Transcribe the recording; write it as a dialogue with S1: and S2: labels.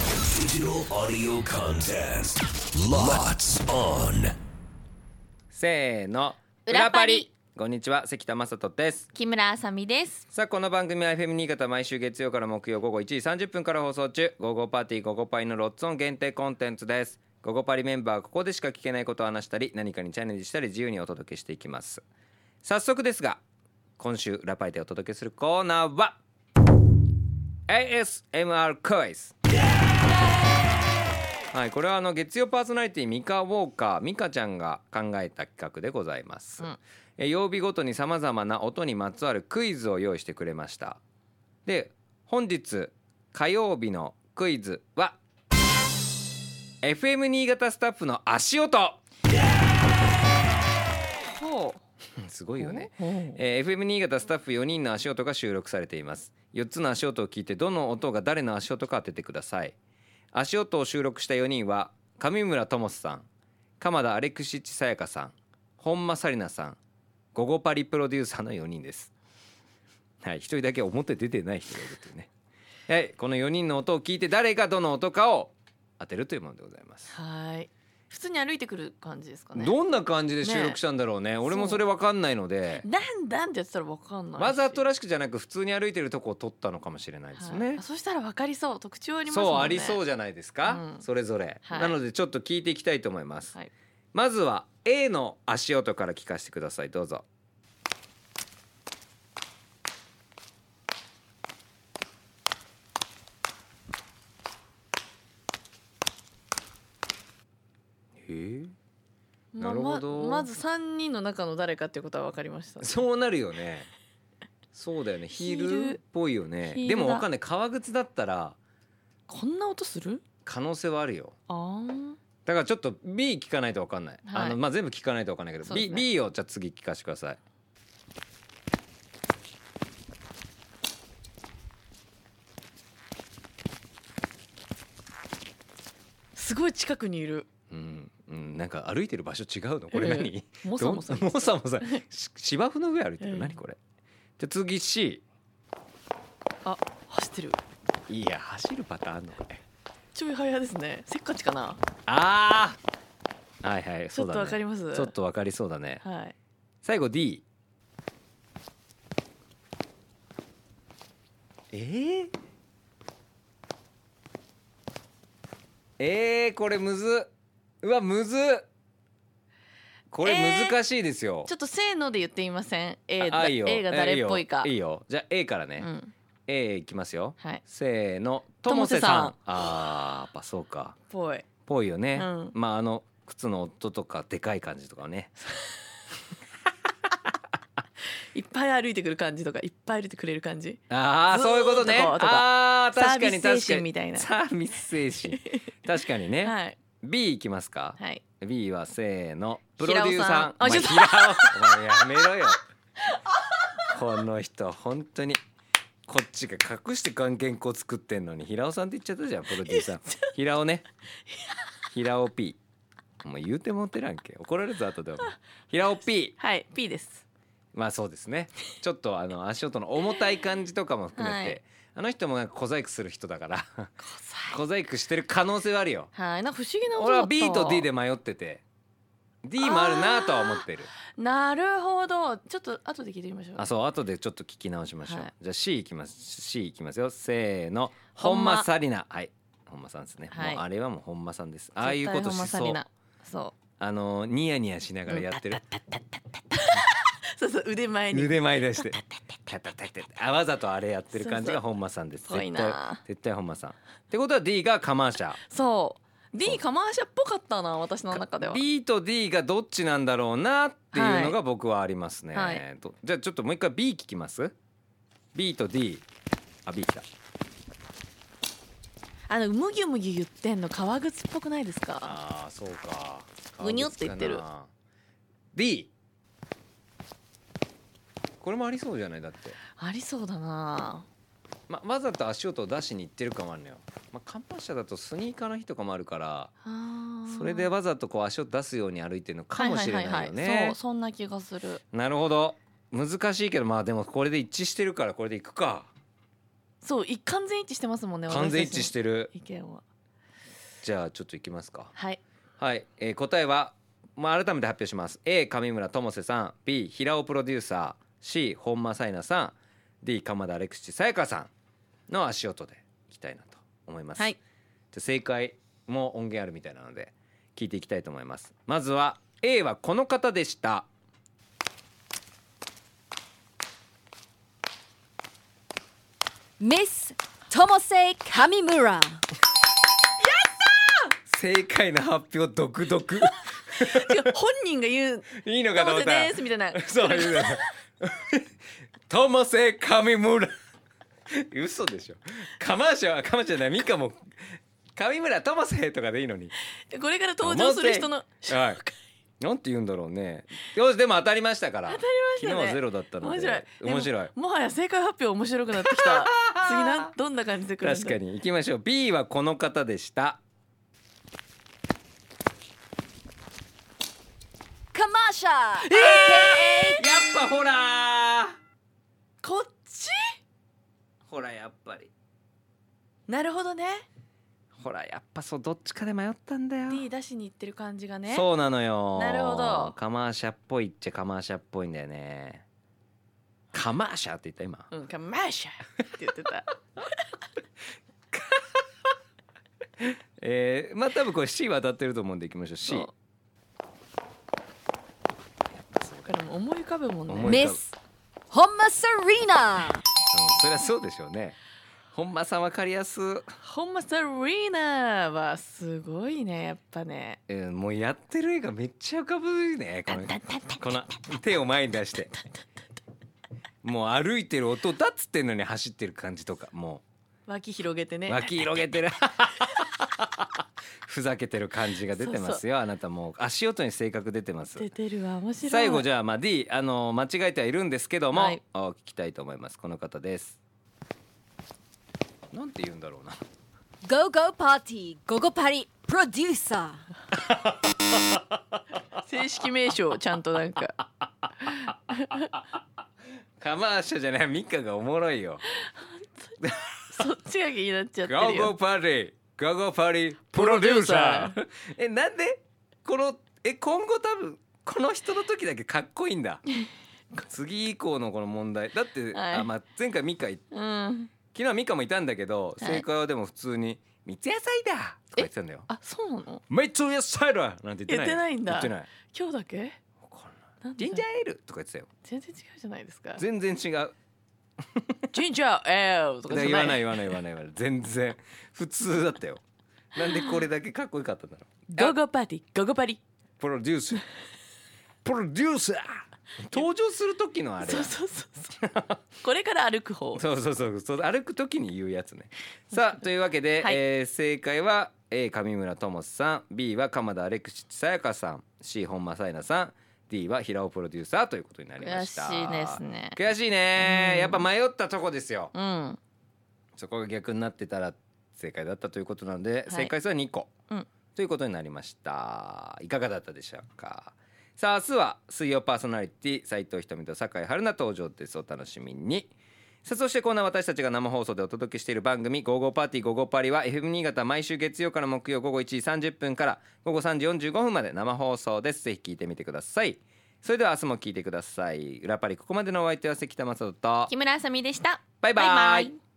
S1: Digital audio contest. Lots on.
S2: せーの
S3: 裏パリ
S2: こんにちは関田正人です
S3: 木村あさみです
S2: さあこの番組は FM 新潟毎週月曜から木曜午後1時30分から放送中午後パーティー午後パイのロッツオン限定コンテンツです午後パリメンバーはここでしか聞けないことを話したり何かにチャレンジしたり自由にお届けしていきます早速ですが今週裏パリでお届けするコーナーは ASMR クイズはい、これはあの月曜パーソナリティミカウォーカーミカちゃんが考えた企画でございます、
S3: うん
S2: え曜日ごとにさまざまな音にまつわるクイズを用意してくれましたで本日火曜日のクイズは FM 新潟スタッフの足音
S3: ほ
S2: すご
S3: う
S2: いよね、
S3: ほう
S2: えー FM 新潟スタッフ4人の足音が収録されています4つの足音を聞いてどの音が誰の足音か当ててください足音を収録した4人は上村智さん鎌田アレクシッチさやかさん本間紗理奈さん午後パリプロデューサーの4人ですはい1人だけ表出てない人がいるというねはいこの4人の音を聞いて誰がどの音かを当てるというものでございます
S3: はい普通に歩いてくる感じですかね
S2: どんな感じで収録したんだろうね俺もそれ分かんないので
S3: だんだんってやってたらわかんないし
S2: わざとらしくじゃなく普通に歩いてるとこを撮ったのかもしれないですよね、
S3: はいあそしたらわかりそう特徴ありますもんね
S2: そうありそう
S3: う
S2: じゃないですか、
S3: うん
S2: それぞれ、
S3: はい
S2: なのでちょっと聞いていきたいと思います、
S3: はい
S2: まずは A の足音から聞かせてくださいどうぞえー
S3: ま
S2: な
S3: あ
S2: るほど
S3: ままず三人の中の誰かっていうことはわかりました
S2: そうなるよね。そうだよね。ヒー
S3: ヒー
S2: ル
S3: ル
S2: っぽいよね。
S3: ヒール
S2: で
S3: だ
S2: もわかんない。革靴だったら
S3: こんな音する
S2: 可能性はあるよ。
S3: あー
S2: だからちょっと B 聞かないとわかんない。
S3: はい
S2: あのまあ全部聞かないとわかんないけど、
S3: そうで
S2: B
S3: すね
S2: B をじゃあ次聞かせてください。
S3: すごい近くにいる
S2: うん、うん、なんか歩いてる場所違うの。これ何？
S3: えもさもさ
S2: どんも さもさ。し芝生の上歩いてる。
S3: うん
S2: 何これ？じゃあ次 C。
S3: あ走ってる
S2: いや走るパターンあんのこれ。
S3: ちょい早ですねせっかちかな
S2: ああ。はいはい。
S3: ち
S2: そ
S3: ょ
S2: うだ
S3: っと
S2: ね。
S3: わかります
S2: ちょっとわかりそうだね。
S3: はい
S2: 最後 D えー、えー、これむずっうわむずっこれ
S3: えー
S2: 難しいですよ、
S3: ちょっとせーので言ってみません A,
S2: あ
S3: だ
S2: あいいよ
S3: A が
S2: いい
S3: 誰っ
S2: よ
S3: ぽいか
S2: いいよじゃあ A からね、
S3: うん、
S2: A いきますよ
S3: はい
S2: せーのと
S3: と
S2: も
S3: も
S2: せ
S3: せ
S2: さ
S3: さ
S2: ん
S3: ん
S2: あーやっぱそうか
S3: ぽい
S2: ぽいよね、
S3: うん
S2: まああの靴の音とかでかい感じとかね
S3: いっぱい歩いてくる感じとかいっぱい歩いてくれる感じ
S2: ああ
S3: ずーっと
S2: そういうことね。
S3: こうと
S2: ああー確かに確か
S3: サービ
S2: に
S3: ス精神みたいな
S2: サービス精 神確かにね。
S3: はい
S2: B いきますか。
S3: はい。
S2: B はせーのプロデューサー。
S3: 平尾さんあ
S2: お前
S3: ちょっと
S2: 平尾お前やめ ろよ。この人本当に。こっちが隠して眼原稿作ってんのに平尾さんって言っちゃったじゃんプロデューサー平尾ね平尾 P もう言うてもってらんけ怒られるぞ後でお 前平尾 P
S3: はい、P です。
S2: まあそうですね。ちょっとあの足音の重たい感じとかも含めて、
S3: はい
S2: あの人もなんか小細工する人だから、 小細工してる可能性はあるよ。
S3: はい、なんか不思議な音
S2: 俺
S3: だった。
S2: は B と D で。迷ってて、D もあるなとは思ってる。
S3: なるほど。ちょっと後で聞いてみましょう。
S2: あ、そう後でちょっと聞き直しましょう。
S3: はい
S2: じゃあ C いきます。C いきますよ。せーの、本間紗理奈。はい。本間さんですね、
S3: はい
S2: もうあれはもう本間さんです
S3: 絶対
S2: ああいうこと
S3: 本
S2: し
S3: 間
S2: そ
S3: 紗理
S2: う
S3: 奈そ
S2: あのニヤニヤしながらやってる、
S3: う。そうそう、腕前に。
S2: 腕前出してタタタタタあわざとあれやってる感じが本間さんです
S3: そうそう
S2: 絶
S3: ぽい
S2: 対
S3: な
S2: 絶対本間さんってことは D がカマーシャ
S3: そう。D カマーシャっぽかったな、私の中では。
S2: B と D がどっちなんだろうなっていうのが僕はありますね、
S3: はい
S2: とじゃあちょっともう一回 B 聞きます B と D あ B 来た
S3: あの、むぎゅむぎゅ言ってんの、革靴っぽくないですか。
S2: あーそうか
S3: ぐにゅって言ってる
S2: 革靴かな D これもありそうじゃないだって
S3: ありそうだな。
S2: まわざと足音を出しに行ってる感もあるのよ、まあ、カンパッシャだとスニーカーの日とかもあるから
S3: あー
S2: それで。わざとこう足を出すように歩いてるのかもしれないよ
S3: ははははそ
S2: ね
S3: う、。そんな気がする。
S2: なるほど難しいけどまあでもこれで一致してるからこれでいくか
S3: そう、い完全一致してますもんね。。
S2: 完全一致しててる
S3: 意見は。
S2: じゃあちょっといきますか
S3: はい
S2: はい、えー答えは、まあ、改めて発表します A 上村智世さん B 平尾プロデューサー C 本間紗那さん D 鎌田レクシさやかさんの足音でいきたいなと思います、
S3: はい
S2: じゃあ正解も音源あるみたいなので聞いていきたいと思いますまずは A はこの方でした
S4: ミス友瀬上村
S2: 正解の発表独特
S3: 違う本人が言う
S2: いいの
S3: 「ど
S2: かと思
S3: う
S2: った
S3: です」みたいな
S2: そういうの友瀬上村嘘でしょかましゃかましゃないみかも上村友瀬とかでいいのに
S3: これから登場する人の
S2: はいなんて言うんだろうねよしでも当たりましたから当たり
S3: ましたね
S2: 昨日はゼロだったので
S3: 面白い
S2: 面白い
S3: でももはや正解発表面白くなってき た次なんどんな感じで来るんだ
S2: 確かに行きましょう B はこの方でした
S4: カマーシャ
S2: やっぱほらー
S3: こっち
S2: ほらやっぱり
S3: なるほどね
S2: ほらやっぱそうどっちかで迷ったんだよ
S3: D 出しに行ってる感じがね
S2: そうなのよ
S3: なるほど
S2: カマーシャっぽいっちゃカマーシャっぽいんだよねカマーシャって言った今
S3: うん、カマーシャーって言ってた
S2: えー、まあ多分これ C は当たってると思うんでいきましょう C
S3: そうこれも思い浮かぶもん
S2: 思
S3: ね
S2: い
S4: ミス本間セリーナ
S2: うんそりゃそうでしょうね本間さんわかりやす、
S3: 本間サリーナはすごいねやっぱね
S2: えーもうやってる映画めっちゃ浮かぶねこのこの手を前に出してもう歩いてる音だっつってんのに走ってる感じとかも
S3: 脇広げてね
S2: う脇広げて るふざけてる感じが出てますよ
S3: そう
S2: あなたもう足音に性格出てます
S3: 出てるわ面白い
S2: 最後じゃあまあ D あの間違えてはいるんですけども、
S3: はい
S2: あ聞きたいと思いますこの方ですなんて言うんだろうな
S4: Go Go Party ゴゴパリプロデューサー
S3: 正式名称ちゃんとなん か
S2: カマーシャじゃないミカがおもろいよ
S3: そっちが気になっちゃってる
S2: ゴーゴー
S3: よ
S2: パーリーゴーゴーパーリープロ
S3: ロ
S2: デ
S3: デ
S2: ュ
S3: ュ
S2: ー
S3: ー
S2: サ
S3: サ
S2: ーえなんでこのえ今後多分この人の時だけかっこいいん だ次以降のこの問題だって、
S3: はい
S2: あまあ、前回ミカい
S3: うん
S2: 昨日ミカもいたんだけど
S3: はい
S2: 正解はでも普通に「三ツ矢サイダー」とか言ってたんだよ
S3: あそうなの
S2: 「三ツ矢サイダー」なんて言ってないよ
S3: 言ってないんだ
S2: 言ってない
S3: 今日だけ
S2: わかんない
S3: なんで
S2: ジンジャーエールとか言ってたよ
S3: 全然違うじゃないですか
S2: 全然違う
S3: ジンジャーエールとかじゃ
S2: 言わない
S3: い
S2: 言わない言わない言わない全然普通だったよなんでこれだけかっこよかったんだろう
S3: ゴーゴーパーティーゴーゴーパリ
S2: プロデュースプロデューサー登場する時のあれ
S3: そうそうそうそう これから歩く方
S2: そうそうそうそう歩く時に言うや つねさあというわけで、
S3: はい
S2: えー正解は A 上村智さん B は鎌田アレクシさやかさん C 本間紗也奈さん D は平尾プロデューサーということになりました
S3: 悔しいですね
S2: 悔しいね
S3: うん
S2: やっぱ迷ったとこですよ
S3: うん
S2: そこが逆になってたら正解だったということなので、
S3: い
S2: 正解数は2個、
S3: うん
S2: ということになりましたいかがだったでしょうかさあ明日は水曜パーソナリティ斉藤瞳と酒井春菜登場ですお楽しみにさあそしてこんな私たちが生放送でお届けしている番組「55パーティー55パリ」は FM 新潟毎週月曜から木曜午後1時30分から午後3時45分まで生放送ですぜひ聞いてみてくださいそれでは明日も聞いてください裏パリここまでのお相手は関田正人と
S3: 木村あさみでした
S2: バイバイ
S3: バイバイ